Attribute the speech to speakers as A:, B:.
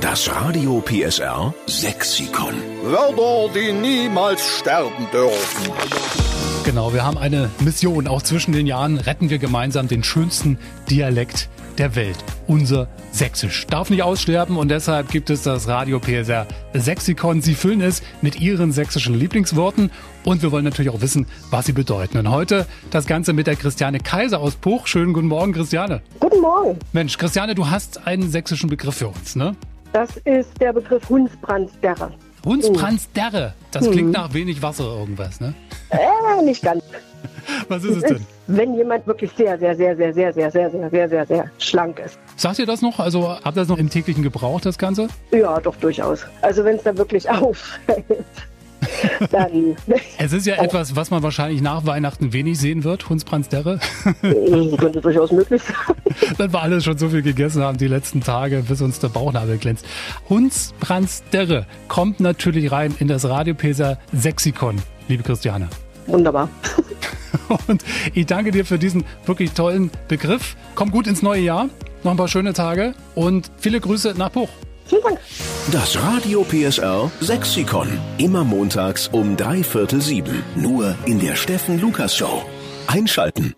A: Das Radio PSR Sexikon.
B: Wörter, die niemals sterben dürfen.
C: Genau, wir haben eine Mission. Auch zwischen den Jahren retten wir gemeinsam den schönsten Dialekt der Welt. Unser Sächsisch. Darf nicht aussterben und deshalb gibt es das Radio PSR Sexikon. Sie füllen es mit Ihren sächsischen Lieblingsworten und wir wollen natürlich auch wissen, was sie bedeuten. Und heute das Ganze mit der Christiane Kaiser aus Puch. Schönen guten Morgen, Christiane.
D: Guten Morgen.
C: Mensch, Christiane, du hast einen sächsischen Begriff für uns, ne?
D: Das ist der Begriff Hundsbrandsperre.
C: Hundsbrandsderre. Das klingt nach wenig Wasser irgendwas, ne?
D: Äh, nicht ganz.
C: Was ist es denn?
D: Wenn jemand wirklich sehr, sehr, sehr, sehr, sehr, sehr, sehr, sehr, sehr, sehr, sehr schlank ist.
C: Sagt ihr das noch? Also habt ihr das noch im täglichen Gebrauch, das Ganze?
D: Ja, doch durchaus. Also wenn es dann wirklich auffällt, dann
C: Es ist ja etwas, was man wahrscheinlich nach Weihnachten wenig sehen wird, Hundsbrandsderre.
D: könnte durchaus möglich sein.
C: Dann wir alle schon so viel gegessen haben die letzten Tage, bis uns der Bauchnabel glänzt. Hundsbrandsderre kommt natürlich rein in das Radiopeser Sexikon, liebe Christiane.
D: Wunderbar.
C: Und ich danke dir für diesen wirklich tollen Begriff. Komm gut ins neue Jahr, noch ein paar schöne Tage und viele Grüße nach Buch.
D: Vielen Dank.
A: Das Radio PSR Sexikon. Immer montags um drei Viertel sieben. Nur in der Steffen Lukas Show. Einschalten.